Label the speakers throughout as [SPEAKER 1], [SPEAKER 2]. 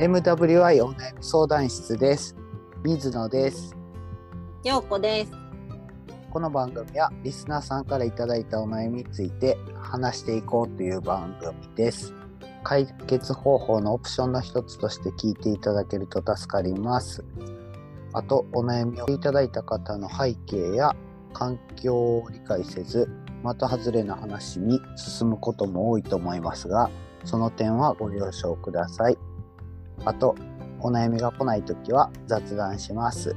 [SPEAKER 1] MWI お悩み相談室です水野です
[SPEAKER 2] ようこです。
[SPEAKER 1] この番組はリスナーさんからいただいたお悩みについて話していこうという番組です解決方法のオプションの一つとして聞いていただけると助かりますあとお悩みをいただいた方の背景や環境を理解せず的外れな話に進むことも多いと思いますがその点はご了承くださいあとお悩みが来ないときは雑談します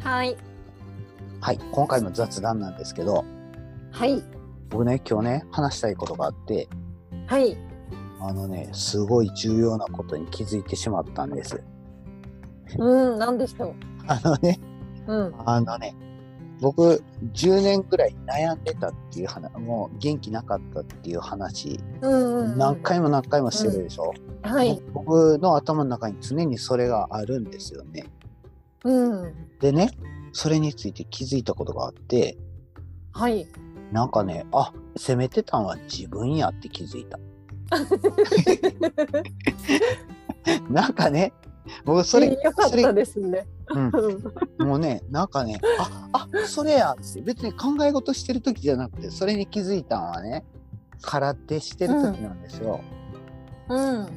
[SPEAKER 2] はい。
[SPEAKER 1] はい今回も雑談なんですけど
[SPEAKER 2] はい。
[SPEAKER 1] 僕ね今日ね話したいことがあって
[SPEAKER 2] はい。
[SPEAKER 1] あのねすごい重要なことに気づいてしまったんです
[SPEAKER 2] うん、なんでしょ
[SPEAKER 1] あのね
[SPEAKER 2] う。うん。
[SPEAKER 1] あのね僕10年ぐらい悩んでたっていう話もう元気なかったっていう話
[SPEAKER 2] うん、うん。
[SPEAKER 1] 何回も何回もしてるでしょ、
[SPEAKER 2] も。はい。
[SPEAKER 1] 僕の頭の中に常にそれがあるんですよね
[SPEAKER 2] うん。
[SPEAKER 1] でねそれについて気づいたことがあって
[SPEAKER 2] はい。
[SPEAKER 1] なんかねあ責めてたんは自分やって気づ いたなんかね僕それ
[SPEAKER 2] 良かっ
[SPEAKER 1] それ
[SPEAKER 2] たですね。
[SPEAKER 1] うん
[SPEAKER 2] うん
[SPEAKER 1] もうね、なんかね、あ、あ、それやって、別に考え事してる時じゃなくて、それに気づいたのはね、空手してる時なんですよ。
[SPEAKER 2] うん。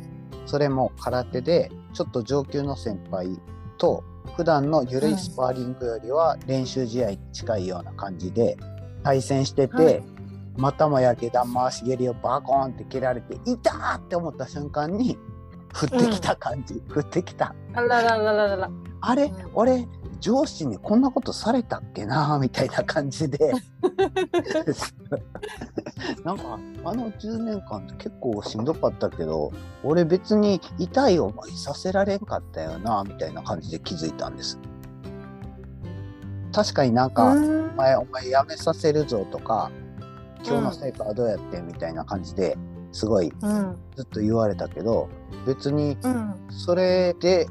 [SPEAKER 1] それも空手で、ちょっと上級の先輩と、普段のゆるいスパーリングよりは練習試合に近いような感じで、対戦してて、
[SPEAKER 2] はい
[SPEAKER 1] またもや下段回し蹴りをバコーンって蹴られて、痛ーって思った瞬間に、降ってきた感じ、降ってきた。
[SPEAKER 2] あらららららら。
[SPEAKER 1] あれ、
[SPEAKER 2] うん
[SPEAKER 1] 俺上司にこんなことされたっけな みたいな感じ でなんかあの10年間って結構しんどかったけど俺別に痛い思いさせられんかったよなみたいな感じで気づいたんです確かになんか、
[SPEAKER 2] うん
[SPEAKER 1] お前お前やめさせるぞとか今日の成果はどうやってみたいな感じですごい
[SPEAKER 2] うん。
[SPEAKER 1] ずっと言われたけど別に
[SPEAKER 2] うん。
[SPEAKER 1] それで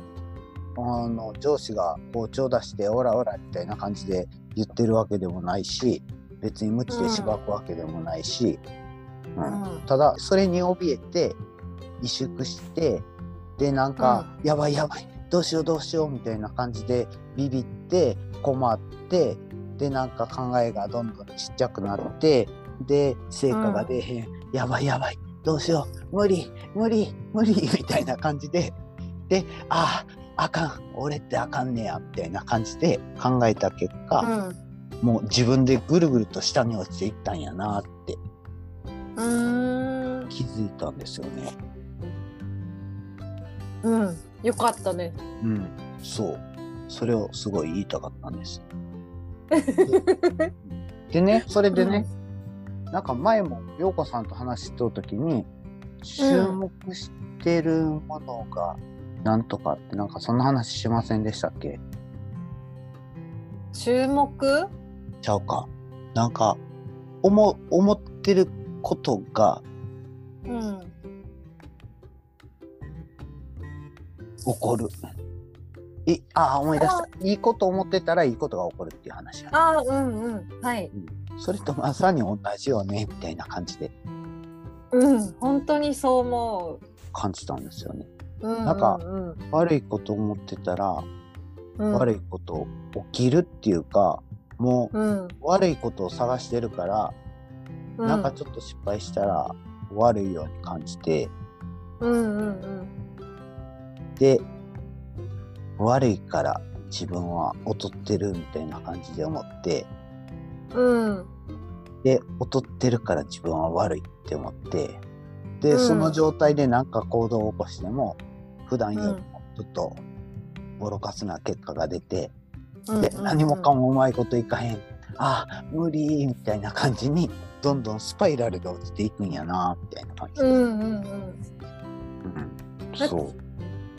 [SPEAKER 1] あの上司が包丁出して「オラオラ」みたいな感じで言ってるわけでもないし別に無知でしばくわけでもないし、う
[SPEAKER 2] うんん。
[SPEAKER 1] ただそれに怯えて萎縮してでなんか「やばいやばいどうしようどうしよう」みたいな感じでビビって困ってでなんか考えがどんどんちっちゃくなってで成果が出へん「やばいやばいどうしよう無理無理無理」みたいな感じでで「あああかん俺ってあかんねや」みたいな感じで考えた結
[SPEAKER 2] う
[SPEAKER 1] 果、
[SPEAKER 2] ん。
[SPEAKER 1] もう自分でぐるぐると下に落ちていったんやなって
[SPEAKER 2] うん。
[SPEAKER 1] 気づいたんですよね。
[SPEAKER 2] うん。よかったね。
[SPEAKER 1] うん、そう。それをすごい言いたかったんです。でね、それでね、なんか前も陽子さんと話しとる時に、注目してるものがなんとかって、なんかそんな話しませんでしたっけ
[SPEAKER 2] 注目。
[SPEAKER 1] ちゃうか。なんか、思、思ってることが
[SPEAKER 2] うん。
[SPEAKER 1] 起こる。いああ、思い出した。いいこと思ってたらいいことが起こるっていう話や。
[SPEAKER 2] ああ、うんうん。はい。
[SPEAKER 1] それとまさに同じよね、みたいな感じで
[SPEAKER 2] うん。本当にそう思
[SPEAKER 1] 感じたんですよね。
[SPEAKER 2] う。うん。
[SPEAKER 1] なんか
[SPEAKER 2] うん。
[SPEAKER 1] 悪いこと思ってたら、
[SPEAKER 2] うん。
[SPEAKER 1] 悪いこと起きるっていうかもう
[SPEAKER 2] うん。
[SPEAKER 1] 悪いことを探してるから、
[SPEAKER 2] うん。
[SPEAKER 1] なんかちょっと失敗したら悪いように感じて
[SPEAKER 2] うんうんうん。
[SPEAKER 1] で悪いから自分は劣ってるみたいな感じで思って
[SPEAKER 2] うん。
[SPEAKER 1] で劣ってるから自分は悪いって思ってで、
[SPEAKER 2] うん
[SPEAKER 1] その状態でなんか行動を起こしても普段よりもちょっとボロカスな結果が出て、で何もか
[SPEAKER 2] も。
[SPEAKER 1] もうまいこといかへんあ無理みたいな感じにどんどんスパイラルで落ちていくんやなみたいな感じ、
[SPEAKER 2] うんうんうん。
[SPEAKER 1] うんそう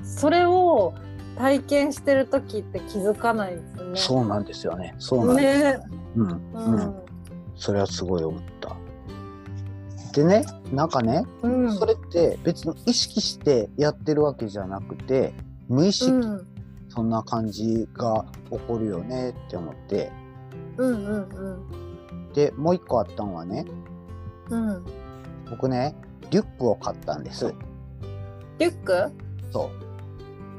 [SPEAKER 2] それを体験してる時って気づかないですね。
[SPEAKER 1] そうなんですよねそうなんですよねうん
[SPEAKER 2] う
[SPEAKER 1] うん
[SPEAKER 2] ん。
[SPEAKER 1] それはすごい思ったでねなんかね、
[SPEAKER 2] うん。
[SPEAKER 1] それって別に意識してやってるわけじゃなくて無意識、
[SPEAKER 2] うん。
[SPEAKER 1] そんな感じが起こるよねって思って
[SPEAKER 2] うんうん
[SPEAKER 1] でもう一個あったのはね
[SPEAKER 2] うん。うん。
[SPEAKER 1] 僕ねリュックを買ったんです
[SPEAKER 2] リュック？
[SPEAKER 1] そ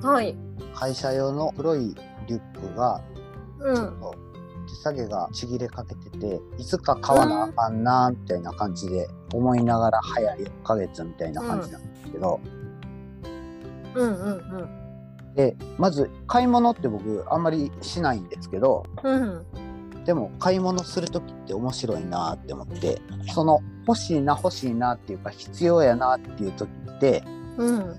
[SPEAKER 2] はい。
[SPEAKER 1] う会社用の黒いリュックが
[SPEAKER 2] う
[SPEAKER 1] ちょっ
[SPEAKER 2] ん。
[SPEAKER 1] と手下げがちぎれかけてていつか買わなあかんなみたいな感じで思いながら早い1ヶ月みたいな感じなんですけど、
[SPEAKER 2] うんうん
[SPEAKER 1] でまず買い物って僕あんまりしないんですけど
[SPEAKER 2] うん。うん。
[SPEAKER 1] でも買い物する時って面白いなって思ってその欲しいな欲しいなっていうか必要やなっていう時って
[SPEAKER 2] うん。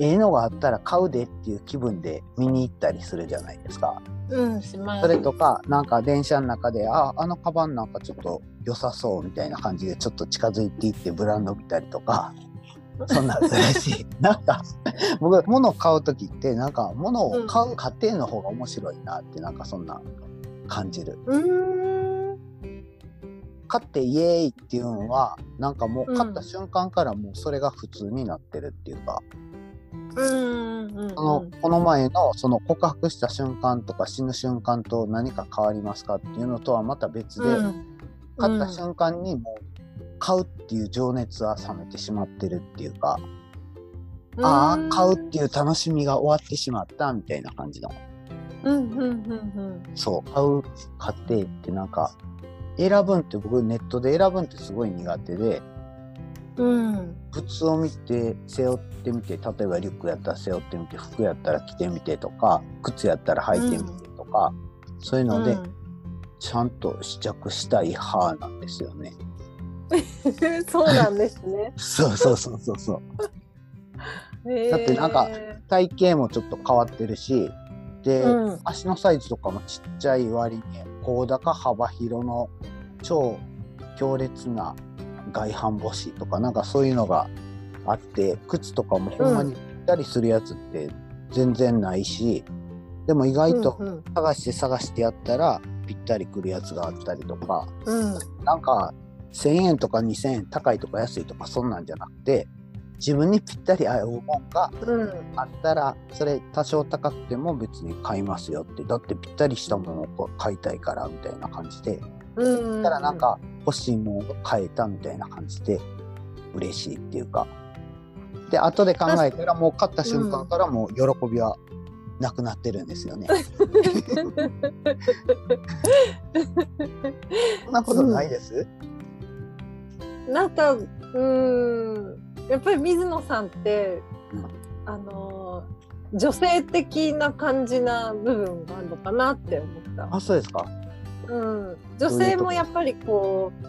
[SPEAKER 1] ええのがあったら買うでっていう気分で見に行ったりするじゃないですか。
[SPEAKER 2] うん。しま
[SPEAKER 1] そ
[SPEAKER 2] す。
[SPEAKER 1] れとかなんか電車の中でああのカバンなんかちょっと良さそうみたいな感じでちょっと近づいていってブランド見たりとかそんなんするしなんか僕物を買う時ってなんか物を買う過程の方が面白いなってなんかそんな感じる。
[SPEAKER 2] うーん。
[SPEAKER 1] 買ってイエーイっていうのはなんかもう買った瞬間からもうそれが普通になってるっていうか。
[SPEAKER 2] うんうんうん。
[SPEAKER 1] そのこの前のその告白した瞬間とか死ぬ瞬間と何か変わりますかっていうのとはまた別で、
[SPEAKER 2] うん
[SPEAKER 1] 買った瞬間にもう買うっていう情熱は冷めてしまってるっていうか、
[SPEAKER 2] うん
[SPEAKER 1] ああ買うっていう楽しみが終わってしまったみたいな感じの
[SPEAKER 2] うんうんうん
[SPEAKER 1] そう買う過程ってなんか選ぶんって僕ネットで選ぶんってすごい苦手で
[SPEAKER 2] うんうん
[SPEAKER 1] 物を見て背負ってみて例えばリュックやったら背負ってみて服やったら着てみてとか靴やったら履いてみてとか、そういうので、ちゃんと試着したい派なんですよね。
[SPEAKER 2] うん そうなんですね。
[SPEAKER 1] そうそうそうそうそう。
[SPEAKER 2] だ
[SPEAKER 1] ってなんか体型もちょっと変わってるしで、
[SPEAKER 2] うん
[SPEAKER 1] 足のサイズとかもちっちゃい割に高高幅広の超強烈な外反母趾とかなんかそういうのがあって靴とかもほんまにぴったりするやつって全然ないし、でも意外と
[SPEAKER 2] うん
[SPEAKER 1] 探して探してやったらぴったりくるやつがあったりとか
[SPEAKER 2] うん
[SPEAKER 1] なんか1,000円とか2,000円高いとか安いとかそんなんじゃなくて自分にぴったり合うもんが
[SPEAKER 2] うんうん
[SPEAKER 1] あったらそれ多少高くても別に買いますよってだってぴったりしたものをこう買いたいからみたいな感じで
[SPEAKER 2] うん
[SPEAKER 1] だ
[SPEAKER 2] うん。
[SPEAKER 1] からなんか欲しいものを買えたみたいな感じで嬉しいっていうかで後で考えたらもう買った瞬間からもう喜びはなくなってるんですよね。そんなことないです、
[SPEAKER 2] なんかうーんやっぱり水野さんって、
[SPEAKER 1] うん
[SPEAKER 2] あのー女性的な感じな部分があるのかなって思った。
[SPEAKER 1] あそうですか
[SPEAKER 2] うん、女性もやっぱりこう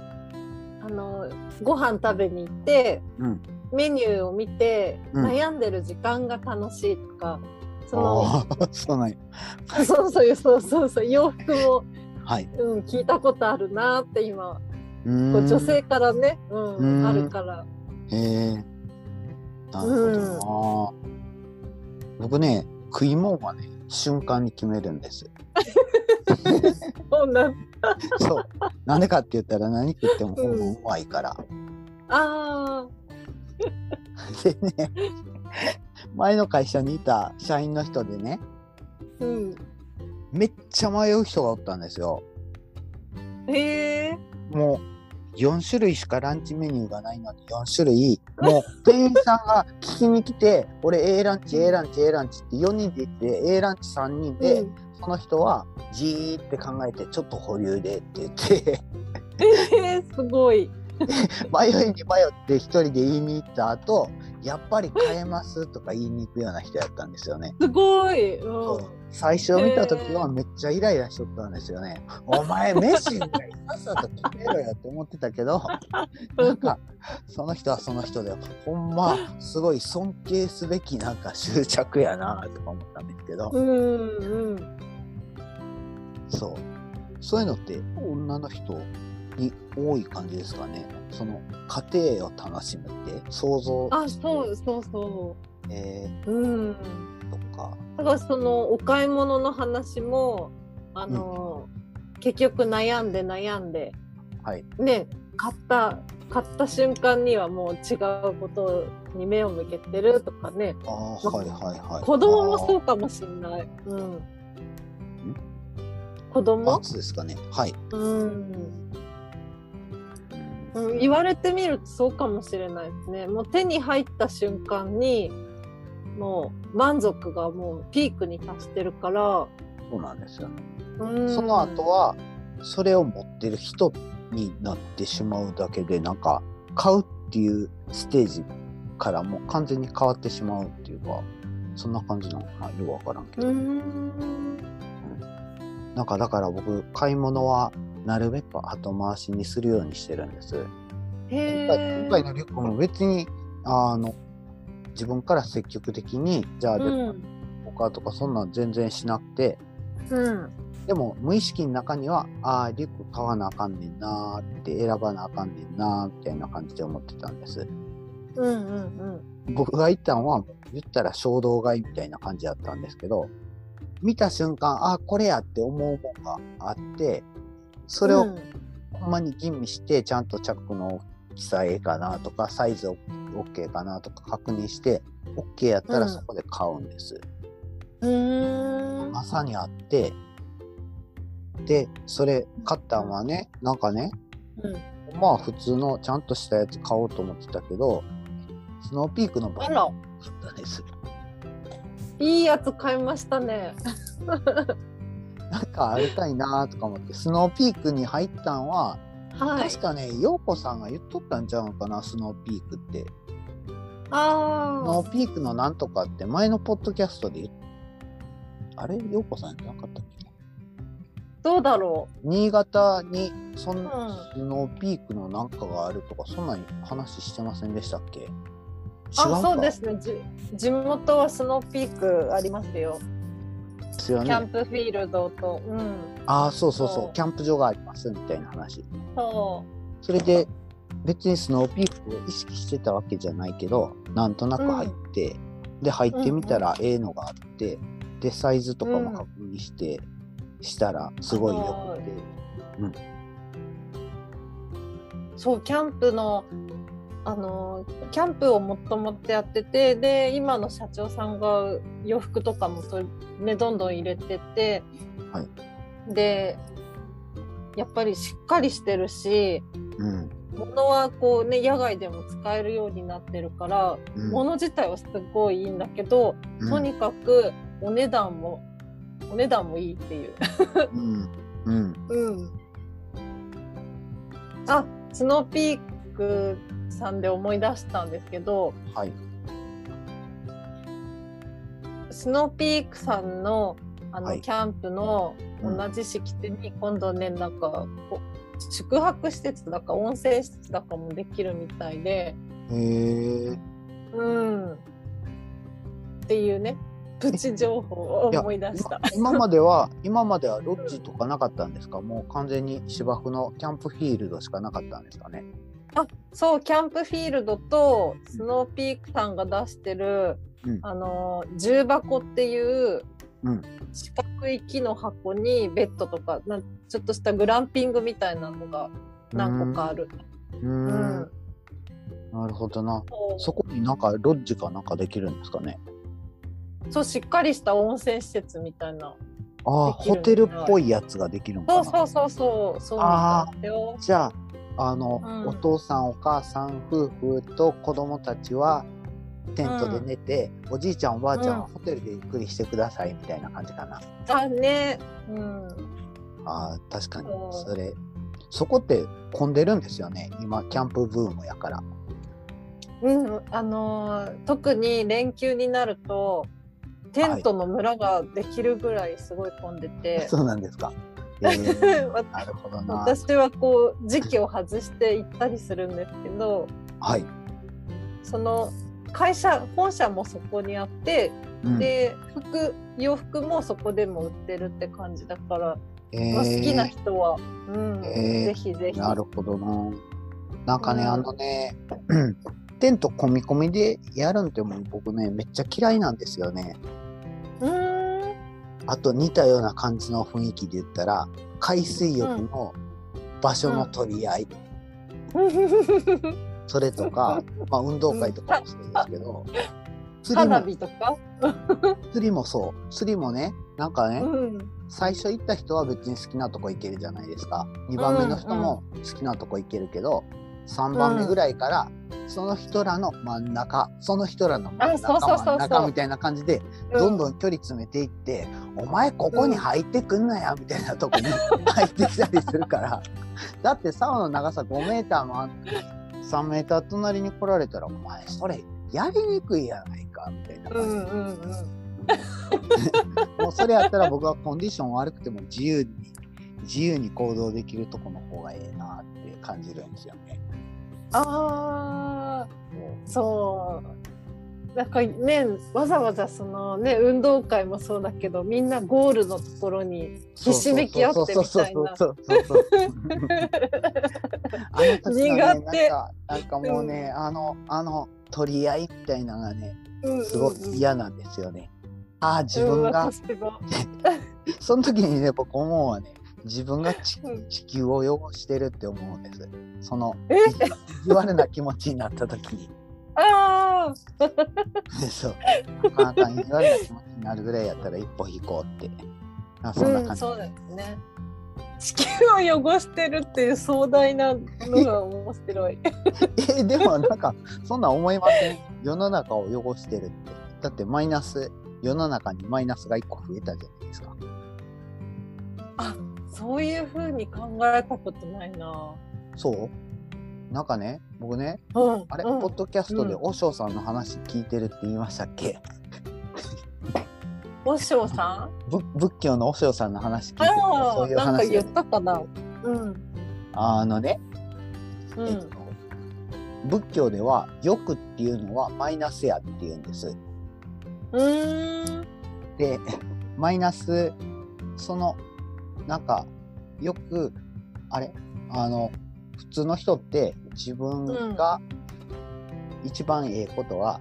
[SPEAKER 2] あのーご飯食べに行って
[SPEAKER 1] うん
[SPEAKER 2] メニューを見て、
[SPEAKER 1] うん
[SPEAKER 2] 悩んでる時間が楽しいとかその
[SPEAKER 1] ああ そうなんや
[SPEAKER 2] そうそうそうそうそう洋服も、
[SPEAKER 1] はい
[SPEAKER 2] うん、聞いたことあるなって今
[SPEAKER 1] うーん
[SPEAKER 2] こう女性からね、うん
[SPEAKER 1] うん
[SPEAKER 2] あるから。
[SPEAKER 1] へえなるほどな、僕ね食い物はね瞬間に決めるんです よ
[SPEAKER 2] そうなん
[SPEAKER 1] そうなんでかって言ったら何食ってもほぼうまいから、
[SPEAKER 2] あ
[SPEAKER 1] でね前の会社にいた社員の人でね
[SPEAKER 2] あ、うん。
[SPEAKER 1] めっちゃ迷う人がおったんですよ
[SPEAKER 2] へえ。
[SPEAKER 1] もう4種類しかランチメニューがないのに4種類もう店員さんが聞きに来て「俺 A ランチ A ランチ A ランチ」って4人で行って A ランチ3人で、
[SPEAKER 2] うん
[SPEAKER 1] その人はじーって考えてちょっと保留でって言って
[SPEAKER 2] へえ、すごい。
[SPEAKER 1] 迷いに迷って一人で言いに行った後やっぱり変えますとか言いに行くような人やったんですよね。
[SPEAKER 2] すごい。
[SPEAKER 1] そう
[SPEAKER 2] う
[SPEAKER 1] 最初見た時はめっちゃイライラしとったんですよね。お前飯ぐらいさっさと決めろよって思ってたけどなんかその人はその人でほんますごい尊敬すべきなんか執着やなとか思ったんですけど。
[SPEAKER 2] ん。うんうん。
[SPEAKER 1] そう。そういうのって女の人に多い感じですかね。その家庭を楽しむって想像、
[SPEAKER 2] あ、そうそうそ
[SPEAKER 1] えー、
[SPEAKER 2] う。うん。
[SPEAKER 1] とか。
[SPEAKER 2] だからそのお買い物の話もあの、結局悩んで悩んで
[SPEAKER 1] はい。
[SPEAKER 2] ね買った買った瞬間にはもう違うことに目を向けてるとかね
[SPEAKER 1] ああー、はいはいはい。。
[SPEAKER 2] 子供もそううかもしんない。うん。子
[SPEAKER 1] あ
[SPEAKER 2] 供
[SPEAKER 1] そうですかね。はい。
[SPEAKER 2] うん。
[SPEAKER 1] うん
[SPEAKER 2] うん、言われてみるとそうかもしれないですね。もう手に入った瞬間にもう満足がもうピークに達してるから
[SPEAKER 1] そうなんですよね。
[SPEAKER 2] うん
[SPEAKER 1] その後はそれを持ってる人になってしまうだけでなんか買うっていうステージからもう完全に変わってしまうっていうかそんな感じなのかなよくわからんけ
[SPEAKER 2] う
[SPEAKER 1] ど、
[SPEAKER 2] ん
[SPEAKER 1] なんかだから僕買い物はなるべく後回しにするようにしてるんです。
[SPEAKER 2] へ
[SPEAKER 1] 今回今回
[SPEAKER 2] え
[SPEAKER 1] のリュックも別にあの自分から積極的にじゃあ
[SPEAKER 2] う
[SPEAKER 1] 出
[SPEAKER 2] ん
[SPEAKER 1] こうかとかそんなん全然しなくて、
[SPEAKER 2] うん
[SPEAKER 1] でも無意識の中にはああリュック買わなあかんねんなーって選ばなあかんねんなーみたいな感じで思ってたんです
[SPEAKER 2] うんうん
[SPEAKER 1] 僕が行ったんは言ったら衝動買いみたいな感じだったんですけど見た瞬間ああこれやって思うもんがあってそれ
[SPEAKER 2] う
[SPEAKER 1] を
[SPEAKER 2] ん
[SPEAKER 1] ほんまに吟味してちゃんとチャックの大きさええかなとかサイズ OK かなとか確認して OK やったら
[SPEAKER 2] うん
[SPEAKER 1] そこで買うんです、
[SPEAKER 2] うーん
[SPEAKER 1] まさにあってでそれ買ったんはねなんかね
[SPEAKER 2] うん
[SPEAKER 1] まあ普通のちゃんとしたやつ買おうと思ってたけどスノーピークのバ
[SPEAKER 2] あ
[SPEAKER 1] ン
[SPEAKER 2] ら
[SPEAKER 1] 買ったんです
[SPEAKER 2] いいやつ買いましたね
[SPEAKER 1] なんか歩たいなーとか思ってスノーピークに入ったんは、
[SPEAKER 2] はい
[SPEAKER 1] 確かね陽子さんが言っとったんちゃうのかなスノーピークってス
[SPEAKER 2] あ
[SPEAKER 1] ノーピークのなんとかって前のポッドキャストで言っあれ陽子さんじゃなかったっけな
[SPEAKER 2] あどうだろ
[SPEAKER 1] 新潟にそん
[SPEAKER 2] う、うん、
[SPEAKER 1] スノーピークのなんかがあるとかそんなん話してませんでしたっけ違う
[SPEAKER 2] あそうですすねじ地元はスノーピークありますよ
[SPEAKER 1] ですよ
[SPEAKER 2] キャン
[SPEAKER 1] ね
[SPEAKER 2] プフィールドとうん
[SPEAKER 1] ああそうそうそう
[SPEAKER 2] そう
[SPEAKER 1] キャンプ場がありますみたいな話
[SPEAKER 2] そ
[SPEAKER 1] それで別にスノーピークを意識してたわけじゃないけどなんとなく入って、で入ってみたらええのがあって、でサイズとかも確認して、したらすごいよくて
[SPEAKER 2] うそうキャンプのあのキャンプをもっともってやっててで今の社長さんが洋服とかもと、ね、どんどん入れてて、
[SPEAKER 1] は
[SPEAKER 2] でやっぱりしっかりしてるし
[SPEAKER 1] うん
[SPEAKER 2] 物はこうね野外でも使えるようになってるから
[SPEAKER 1] うん
[SPEAKER 2] 物自体はすごいいいんだけど、
[SPEAKER 1] うん
[SPEAKER 2] とにかくお値段もお値段もいいっていう。
[SPEAKER 1] うんうん
[SPEAKER 2] うん。あ、スノーピークさんで思い出したんですけど、
[SPEAKER 1] はい
[SPEAKER 2] スノーピークさんのあの、
[SPEAKER 1] はい
[SPEAKER 2] キャンプの
[SPEAKER 1] うん
[SPEAKER 2] 同じ敷地に今度ねなんかこう宿泊施設だか温泉施設だかもできるみたいで、
[SPEAKER 1] へえ
[SPEAKER 2] うん。っていうね。プチ情報を思い出した。
[SPEAKER 1] 今までは今まではロッジとかなかったんですかもう完全に芝生のキャンプフィールドしかなかったんですかね
[SPEAKER 2] そう、キャンプフィールドとスノーピークさんが出してる、
[SPEAKER 1] うん
[SPEAKER 2] あの、重箱っていう、
[SPEAKER 1] うん
[SPEAKER 2] 四角い木の箱にベッドとかなんちょっとしたグランピングみたいなのが何個かある。
[SPEAKER 1] うーん
[SPEAKER 2] うん
[SPEAKER 1] んなるほどな
[SPEAKER 2] そう
[SPEAKER 1] そこになんかロッジかなんかできるんですかね
[SPEAKER 2] そうしっかりした温泉施設みたいな。
[SPEAKER 1] ああ
[SPEAKER 2] でき
[SPEAKER 1] ホ
[SPEAKER 2] る
[SPEAKER 1] テルっぽいやつができるのか
[SPEAKER 2] そ
[SPEAKER 1] な
[SPEAKER 2] うそうそうそうそう
[SPEAKER 1] あ
[SPEAKER 2] なんだよ。
[SPEAKER 1] じゃああの、
[SPEAKER 2] うん
[SPEAKER 1] お父さんお母さん夫婦と子供たちはテントで寝て、おじいちゃんおばあちゃんは
[SPEAKER 2] う
[SPEAKER 1] ホテルでゆっくりしてくださいみたいな感じかな、
[SPEAKER 2] あね、うん、
[SPEAKER 1] あー確かに
[SPEAKER 2] そう
[SPEAKER 1] それそこって混んでるんですよね今キャンプブームやから
[SPEAKER 2] うん、あのー特に連休になるとテントの村ができるぐらいすごい混んでて。
[SPEAKER 1] そうなんです か、えー
[SPEAKER 2] わ
[SPEAKER 1] なるほどな
[SPEAKER 2] 私はこう時期を外して行ったりするんですけど
[SPEAKER 1] はい、
[SPEAKER 2] その会社本社もそこにあって、
[SPEAKER 1] うん
[SPEAKER 2] で服洋服もそこでも売ってるって感じだから、
[SPEAKER 1] え
[SPEAKER 2] まあ好きな
[SPEAKER 1] ー、
[SPEAKER 2] 人は、う
[SPEAKER 1] え
[SPEAKER 2] ん
[SPEAKER 1] ー
[SPEAKER 2] ぜひぜひ。
[SPEAKER 1] なるほどななんかね、
[SPEAKER 2] うん
[SPEAKER 1] あのね テント込み込みでやるんってもう僕ねめっちゃ嫌いなんですよね
[SPEAKER 2] うーん
[SPEAKER 1] あと似たような感じの雰囲気で言ったら海水浴の場所の取り合い、 それと か、まあ、運動会とかもそうですけど釣り
[SPEAKER 2] 花
[SPEAKER 1] も
[SPEAKER 2] 火とか、
[SPEAKER 1] 釣りもそう釣りもねなんかね、
[SPEAKER 2] うん、
[SPEAKER 1] 最初行った人は別に好きなとこ行けるじゃないですか2番目の人も好きなとこ行けるけど、3番目ぐらいからその人らの真ん中その人らの真ん
[SPEAKER 2] あ
[SPEAKER 1] 中
[SPEAKER 2] そうそうそうそう
[SPEAKER 1] 真ん中みたいな感じでどん
[SPEAKER 2] ん
[SPEAKER 1] どん距離詰めていって、お前ここに入ってくんなやみたいな とこに入ってきたりするからだってサウの長さ5メーターもあって3メーター隣に来られたらお前それやりにくいやないかみたいな
[SPEAKER 2] う
[SPEAKER 1] 感じ、
[SPEAKER 2] んうんうん
[SPEAKER 1] もうそれやったら僕はコンディション悪くても自由に自由に行動できるとこの方がええなって感じるんですよね。
[SPEAKER 2] ああそうなんかねわざわざそのね運動会もそうだけどみんなゴールのところにひしめき合ってみたい
[SPEAKER 1] そ
[SPEAKER 2] な
[SPEAKER 1] うそうそうそうそうそうそうあの時のねなん
[SPEAKER 2] 苦手
[SPEAKER 1] かなんかもうね、あのあの取り合いみたいなのがねすごく
[SPEAKER 2] や
[SPEAKER 1] 嫌なんですよね。ああ自分が
[SPEAKER 2] 私も
[SPEAKER 1] その時にね僕思うはね自分がち
[SPEAKER 2] うん
[SPEAKER 1] 地球を汚してるって思うんです。その
[SPEAKER 2] え
[SPEAKER 1] 言われな気持ちになった時に。
[SPEAKER 2] ああ
[SPEAKER 1] そう。なかなか意外な気持ちになるぐらいやったら一歩引こうって。あそんな
[SPEAKER 2] う
[SPEAKER 1] 感
[SPEAKER 2] ん、
[SPEAKER 1] じ。
[SPEAKER 2] そうですね。地球を汚してるっていう壮大なのが面白い。
[SPEAKER 1] えでもなんかそんなん思いません。世の中を汚してるって。だってマイナス世の中にマイナスが一個増えたじゃないですか。
[SPEAKER 2] あ、そういう風に考えたことないな。
[SPEAKER 1] そう。なんかね僕ね
[SPEAKER 2] うん、
[SPEAKER 1] あれ、
[SPEAKER 2] うん
[SPEAKER 1] ポッドキャストで
[SPEAKER 2] うん
[SPEAKER 1] 和尚さんの話聞いてるって言いましたっけ、
[SPEAKER 2] 和尚さん。
[SPEAKER 1] ぶ仏教の和尚さんの話聞いてる
[SPEAKER 2] あ
[SPEAKER 1] そう
[SPEAKER 2] あ、
[SPEAKER 1] いう
[SPEAKER 2] なんか
[SPEAKER 1] 話
[SPEAKER 2] 言
[SPEAKER 1] や
[SPEAKER 2] っ
[SPEAKER 1] ね
[SPEAKER 2] たかな。うん、
[SPEAKER 1] あのね、
[SPEAKER 2] う
[SPEAKER 1] えっと
[SPEAKER 2] ん、
[SPEAKER 1] 仏教では欲っていうのはマイナスやっていうんです。
[SPEAKER 2] うーん、
[SPEAKER 1] で マイナスそのなんかよくあれあの普通の人って自分が一番ええことは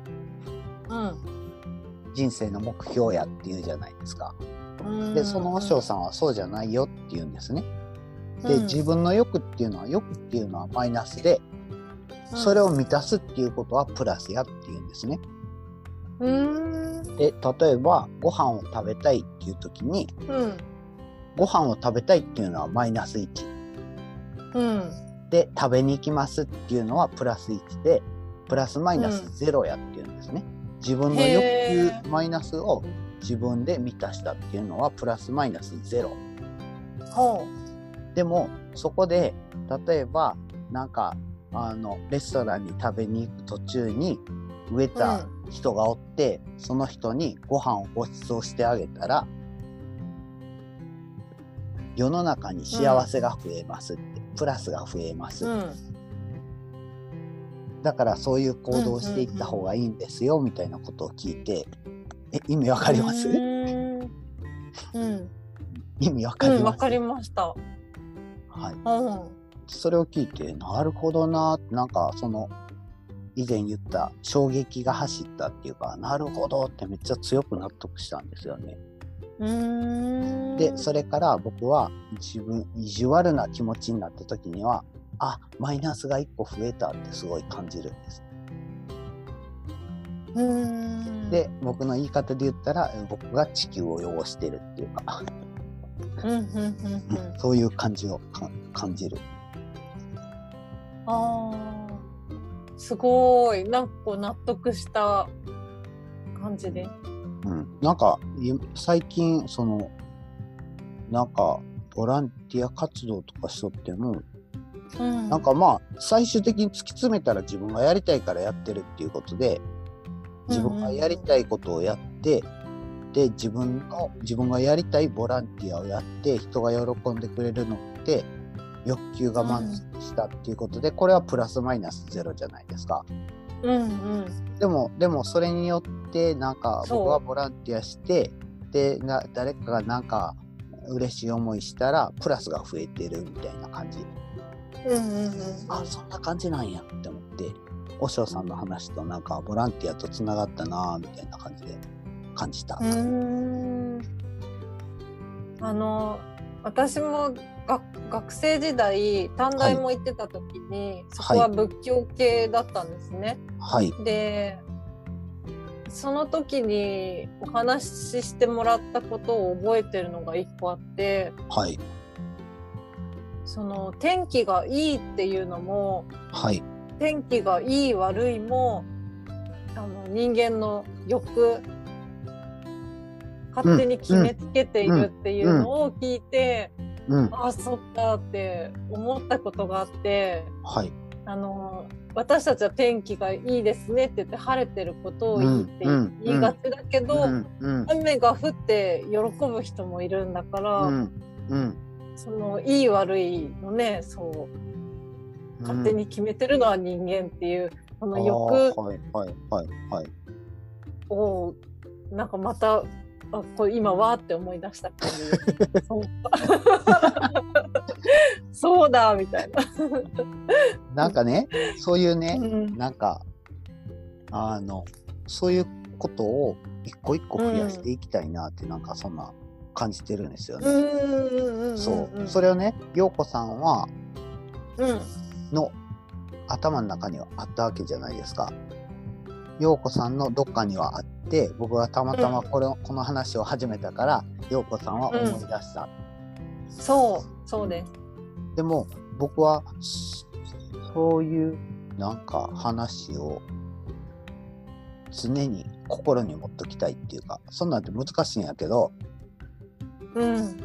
[SPEAKER 2] うん
[SPEAKER 1] 人生の目標やって言うじゃないですか。
[SPEAKER 2] うん。
[SPEAKER 1] でその和尚さんはそうじゃないよって言うんですね。
[SPEAKER 2] う
[SPEAKER 1] で
[SPEAKER 2] ん
[SPEAKER 1] 自分の欲っていうのは欲っていうのはマイナスでそれを満たすっていうことはプラスやって言うんですね。
[SPEAKER 2] うん、うん、
[SPEAKER 1] で例えばご飯を食べたいっていう時に
[SPEAKER 2] うん、
[SPEAKER 1] ご飯を食べたいっていうのはマイナス1。
[SPEAKER 2] うん、
[SPEAKER 1] で食べに行きますっていうのはプラス1でプラスマイナスゼロやっていうんですね、自分の欲
[SPEAKER 2] へー
[SPEAKER 1] 求マイナスを自分で満たしたっていうのはプラスマイナスゼロ
[SPEAKER 2] ほ
[SPEAKER 1] でもそこで例えばなんかあのレストランに食べに行く途中に植え
[SPEAKER 2] う。
[SPEAKER 1] た人がおって、その人にご飯をご馳走してあげたら世の中に幸せが増えますって、プラスが増えます
[SPEAKER 2] う
[SPEAKER 1] って
[SPEAKER 2] ん、
[SPEAKER 1] だからそういう行動をしていった方がいいんですよみたいなことを聞いて、え意味わかります
[SPEAKER 2] うーん、うん、
[SPEAKER 1] 意味わか
[SPEAKER 2] う
[SPEAKER 1] り
[SPEAKER 2] ん、わ
[SPEAKER 1] ます、
[SPEAKER 2] かりました。
[SPEAKER 1] はい、
[SPEAKER 2] うん。
[SPEAKER 1] それを聞いてなるほどなってなんかその以前言った衝撃が走ったっていうかなるほどってめっちゃ強く納得したんですよね。
[SPEAKER 2] うーん
[SPEAKER 1] でそれから僕は自分意地悪な気持ちになった時にはあマイナスが1個増えたってすごい感じるんです。
[SPEAKER 2] うーん
[SPEAKER 1] で僕の言い方で言ったら僕が地球を汚してるっていうか。
[SPEAKER 2] うんうんうんうん
[SPEAKER 1] そういう感じをか感じる。
[SPEAKER 2] あーすごいなんかこう納得した感じで
[SPEAKER 1] うん、なんかい最近そのなんかボランティア活動とかしとっても
[SPEAKER 2] うん
[SPEAKER 1] なんかまあ最終的に突き詰めたら自分がやりたいからやってるっていうことで自分がやりたいことをやってで自分の自分がやりたいボランティアをやって人が喜んでくれるのって欲求が満足したっていうことでこれはプラスマイナスゼロじゃないですか。
[SPEAKER 2] うんうん
[SPEAKER 1] でもでもそれによってなんか
[SPEAKER 2] そう
[SPEAKER 1] 僕はボランティアしてでな誰かがなんか嬉しい思いしたらプラスが増えてるみたいな感じ
[SPEAKER 2] うんうんうん
[SPEAKER 1] あそんな感じなんやって思って和尚さんの話となんかボランティアとつながったなぁみたいな感じで感じた。
[SPEAKER 2] うーんあの私もが学生時代短大も行ってた時に、そこは仏教系だったんですね、
[SPEAKER 1] はい、
[SPEAKER 2] でその時にお話ししてもらったことを覚えてるのが一個あって
[SPEAKER 1] はい、
[SPEAKER 2] その天気がいいっていうのも
[SPEAKER 1] はい、
[SPEAKER 2] 天気がいい悪いもあの人間の欲勝手に決めつけているっていうのを聞いて、
[SPEAKER 1] うん。
[SPEAKER 2] ああそっかって思ったことがあって
[SPEAKER 1] はい。
[SPEAKER 2] あの私たちは天気がいいですねって言って晴れてることをいいって
[SPEAKER 1] うんうん
[SPEAKER 2] 言いがちだけど、
[SPEAKER 1] うん。うん。
[SPEAKER 2] 雨が降って喜ぶ人もいるんだから、
[SPEAKER 1] うん。うん。
[SPEAKER 2] そのいい悪いのねそう勝手に決めてるのは人間っていう、
[SPEAKER 1] あ
[SPEAKER 2] この
[SPEAKER 1] ー
[SPEAKER 2] 欲
[SPEAKER 1] はいはいはいはい。
[SPEAKER 2] をなんかまたあこれ今わーって思い出した感 じそう そうだみたいな。
[SPEAKER 1] なんかね、そういうね
[SPEAKER 2] う、ん
[SPEAKER 1] なんか、あの、そういうことを一個一個増やしていきたいなって、なんかそんな感じてるんですよ
[SPEAKER 2] う
[SPEAKER 1] ね。
[SPEAKER 2] んうんうん
[SPEAKER 1] そう。
[SPEAKER 2] ん
[SPEAKER 1] それをね、陽子さんは、
[SPEAKER 2] うん
[SPEAKER 1] の頭の中にはあったわけじゃないですか。陽子さんのどっかにはあって僕がたまたまこれ、この話を始めたから陽子さんは思い出した。
[SPEAKER 2] そうそうです。
[SPEAKER 1] でも僕はそそういうなんか話を常に心に持っときたいっていうかそんなんて難しいんやけど
[SPEAKER 2] うん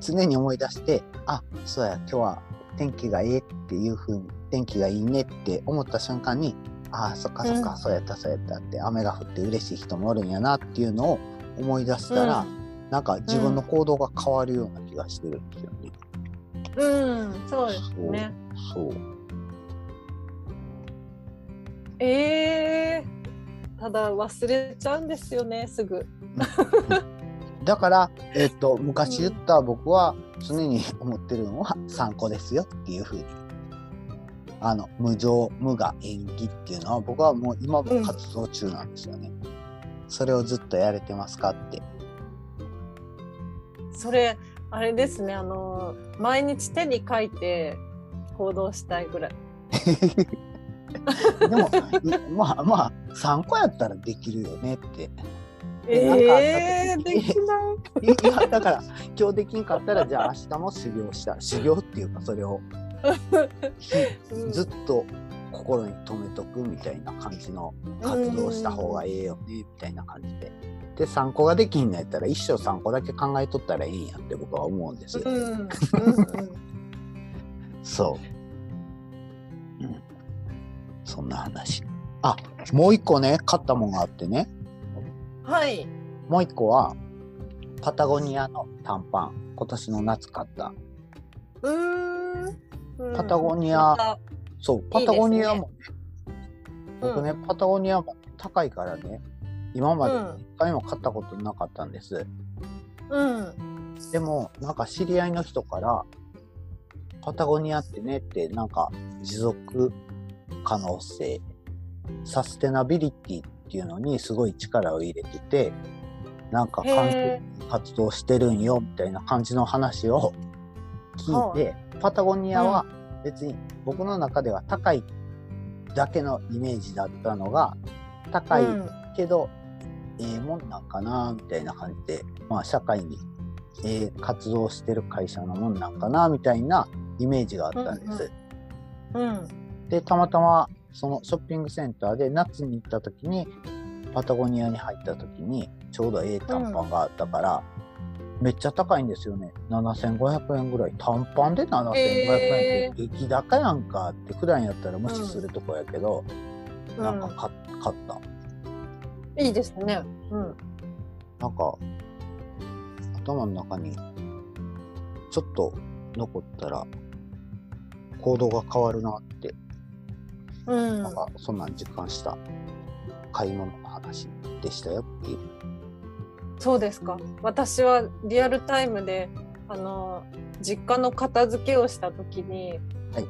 [SPEAKER 1] 常に思い出してあそうや今日は天気がええっていう風に天気がいいねって思った瞬間にあそっかそっか、
[SPEAKER 2] うん
[SPEAKER 1] そうやったそうやったって雨が降って嬉しい人もおるんやなっていうのを思い出したら、なんか自分の行動が変わるような気がしてるんですよね。
[SPEAKER 2] うん、うん、そうですね。
[SPEAKER 1] そう
[SPEAKER 2] ええただ忘れちゃうんですよねすぐ。
[SPEAKER 1] だから、えっと昔言った僕は常に思ってるのは参考ですよっていうふうにあの無常無我縁起っていうのは僕はもう今も活動中なんですよね。それをずっとやれてますかって。
[SPEAKER 2] それあれですねあの毎日手に書いて行動したいぐらい。
[SPEAKER 1] でもいまあまあ参考やったらできるよねって。
[SPEAKER 2] え
[SPEAKER 1] なんかあった
[SPEAKER 2] え
[SPEAKER 1] 時
[SPEAKER 2] できない。
[SPEAKER 1] いやだから今日できんかったらじゃあ明日も修行した修行っていうかそれを
[SPEAKER 2] うん
[SPEAKER 1] ずっと心に留めとくみたいな感じの活動した方がええよねみたいな感じで。で参考ができんのやったら一生参考だけ考えとったらいいんやって僕は思うんですよ。
[SPEAKER 2] うんうんうん
[SPEAKER 1] そう、うん。そんな話。あもう一個ね買ったもんがあってね
[SPEAKER 2] はい。
[SPEAKER 1] もう一個はパタゴニアの短パン今年の夏買った。
[SPEAKER 2] うーん。
[SPEAKER 1] パタゴニア
[SPEAKER 2] ま
[SPEAKER 1] そう
[SPEAKER 2] い
[SPEAKER 1] パ
[SPEAKER 2] いですね
[SPEAKER 1] タゴニアも
[SPEAKER 2] た
[SPEAKER 1] 僕ね、パタゴニアも高いからね今まで
[SPEAKER 2] うん
[SPEAKER 1] 一回も買ったことなかったんです。
[SPEAKER 2] うん。うん
[SPEAKER 1] でもなんか知り合いの人から「パタゴニアってね」ってなんか持続可能性サステナビリティっていうのにすごい力を入れててなんか環境
[SPEAKER 2] へ
[SPEAKER 1] 活動してるんよみたいな感じの話を聞いて、パタゴニアは別に僕の中では高いだけのイメージだったのが高い
[SPEAKER 2] うん
[SPEAKER 1] けどええもんなんかなみたいな感じで、まあ、社会に、ええ活動してる会社のもんなんかなみたいなイメージがあったんです。
[SPEAKER 2] うん。
[SPEAKER 1] でたまたまそのショッピングセンターで夏に行った時にパタゴニアに入った時にちょうどええ短パンがあったから、めっちゃ高いんですよね7500円ぐらい短パンで7500円って
[SPEAKER 2] え
[SPEAKER 1] 激高やんかって普段やったら無視するとこやけど、
[SPEAKER 2] う
[SPEAKER 1] なんか
[SPEAKER 2] ん。
[SPEAKER 1] か買った。
[SPEAKER 2] いいですね。うん。
[SPEAKER 1] なんか、頭の中に、ちょっと残ったら、行動が変わるなって、
[SPEAKER 2] うん
[SPEAKER 1] なん。か、そんなん実感した、買い物の話でしたよっていう。
[SPEAKER 2] そうですか。私はリアルタイムで、あの、実家の片付けをした時に、
[SPEAKER 1] はい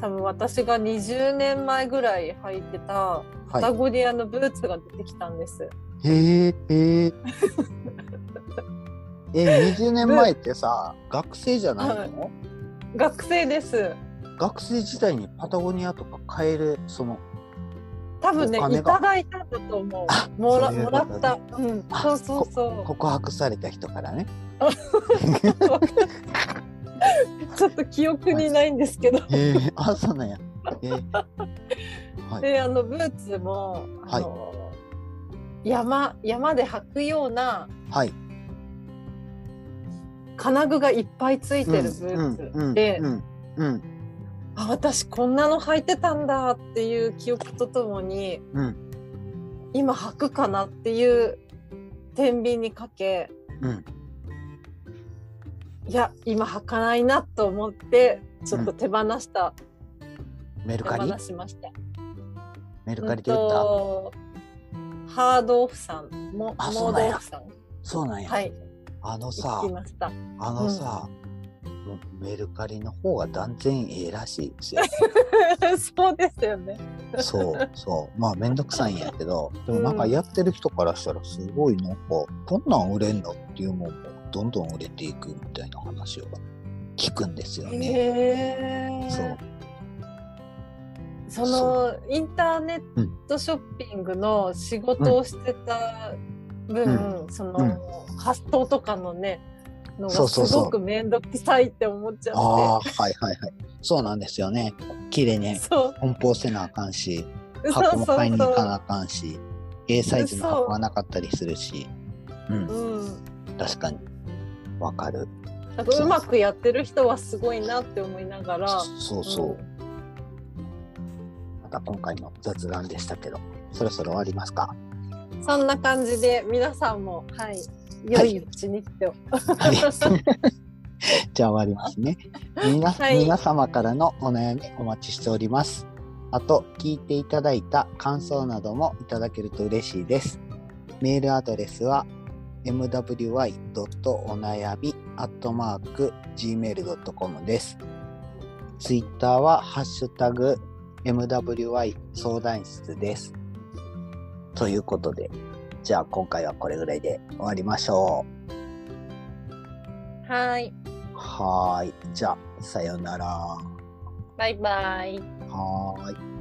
[SPEAKER 2] 多分私が20年前ぐらい履いてたパタ
[SPEAKER 1] は
[SPEAKER 2] ゴニアのブーツが出てきたんです。
[SPEAKER 1] い。へえ、へえ。 え、20年前ってさ、学生じゃないの、
[SPEAKER 2] 学生です。
[SPEAKER 1] 学生時代にパタゴニアとか買える、その、
[SPEAKER 2] 多分ね、
[SPEAKER 1] お金
[SPEAKER 2] い
[SPEAKER 1] が
[SPEAKER 2] ただいたんだと思
[SPEAKER 1] あ
[SPEAKER 2] う。もら
[SPEAKER 1] そういう
[SPEAKER 2] も
[SPEAKER 1] こ
[SPEAKER 2] ら
[SPEAKER 1] とね
[SPEAKER 2] った。うん。
[SPEAKER 1] あ
[SPEAKER 2] そうそうそ
[SPEAKER 1] 告白された人からね。
[SPEAKER 2] う。ちょっと記憶にないんですけど。
[SPEAKER 1] へえ、あ、そうなんや。えーはい。
[SPEAKER 2] であのブーツもあの、山山で履くような
[SPEAKER 1] はい。
[SPEAKER 2] 金具がいっぱいついてるブーツで、
[SPEAKER 1] うんうんうん
[SPEAKER 2] あ私こんなの履いてたんだっていう記憶とともに
[SPEAKER 1] うん
[SPEAKER 2] 今履くかなっていう天秤にかけ
[SPEAKER 1] うん
[SPEAKER 2] いや今履かないなと思ってちょっと手放した、
[SPEAKER 1] メル
[SPEAKER 2] 手
[SPEAKER 1] カリ
[SPEAKER 2] 放しました。
[SPEAKER 1] メル
[SPEAKER 2] う
[SPEAKER 1] カ
[SPEAKER 2] ん
[SPEAKER 1] リで売った
[SPEAKER 2] とハードオフさんも
[SPEAKER 1] あ
[SPEAKER 2] モ
[SPEAKER 1] そう
[SPEAKER 2] ー
[SPEAKER 1] なん
[SPEAKER 2] ド
[SPEAKER 1] や
[SPEAKER 2] オフさん
[SPEAKER 1] そうなんや、
[SPEAKER 2] はい
[SPEAKER 1] あのさ
[SPEAKER 2] 行きました。
[SPEAKER 1] あのさ、もうメルカリの方が断然ええらしいで すよ
[SPEAKER 2] そうですよね。
[SPEAKER 1] そうそうまあ面倒くさいんやけどでもなんか
[SPEAKER 2] うん
[SPEAKER 1] やってる人からしたらすごいなんかこんなん売れんのっていうもんもどんどん売れていくみたいな話を聞くんですよね、
[SPEAKER 2] へえ。
[SPEAKER 1] そう
[SPEAKER 2] そ
[SPEAKER 1] そ
[SPEAKER 2] のインターネットショッピングの仕事をしてた分、その、発想とかのねの
[SPEAKER 1] そ
[SPEAKER 2] が
[SPEAKER 1] う
[SPEAKER 2] す
[SPEAKER 1] そうそう
[SPEAKER 2] ごく面倒くさいって思っちゃって
[SPEAKER 1] ああはいはいはいそうなんですよね綺麗ね
[SPEAKER 2] そう
[SPEAKER 1] 梱包せなあかんし
[SPEAKER 2] そう
[SPEAKER 1] 箱
[SPEAKER 2] そ
[SPEAKER 1] も
[SPEAKER 2] うそう
[SPEAKER 1] 買いに行かなあかんし A サイズの箱がなかったりするしうん
[SPEAKER 2] うん、
[SPEAKER 1] 確かにわかる
[SPEAKER 2] だからうまくやってる人はすごいなって思いながら
[SPEAKER 1] そうそう、また今回の雑談でしたけどそろそろ終わります か
[SPEAKER 2] そんな感じで皆さんもはい良いうちにって、
[SPEAKER 1] はいじゃあ終わります ね皆,、
[SPEAKER 2] はい
[SPEAKER 1] 皆様からのお悩みお待ちしておりますあと聞いていただいた感想などもいただけると嬉しいですメールアドレスは mwy.onayabi.gmail.com です。ツイッターはハッシュタグ MWY 相談室です。ということで、じゃあ今回はこれぐらいで終わりましょ
[SPEAKER 2] はい。
[SPEAKER 1] う。はーい。じゃあ、さようなら。は
[SPEAKER 2] バイバイ。
[SPEAKER 1] ーい。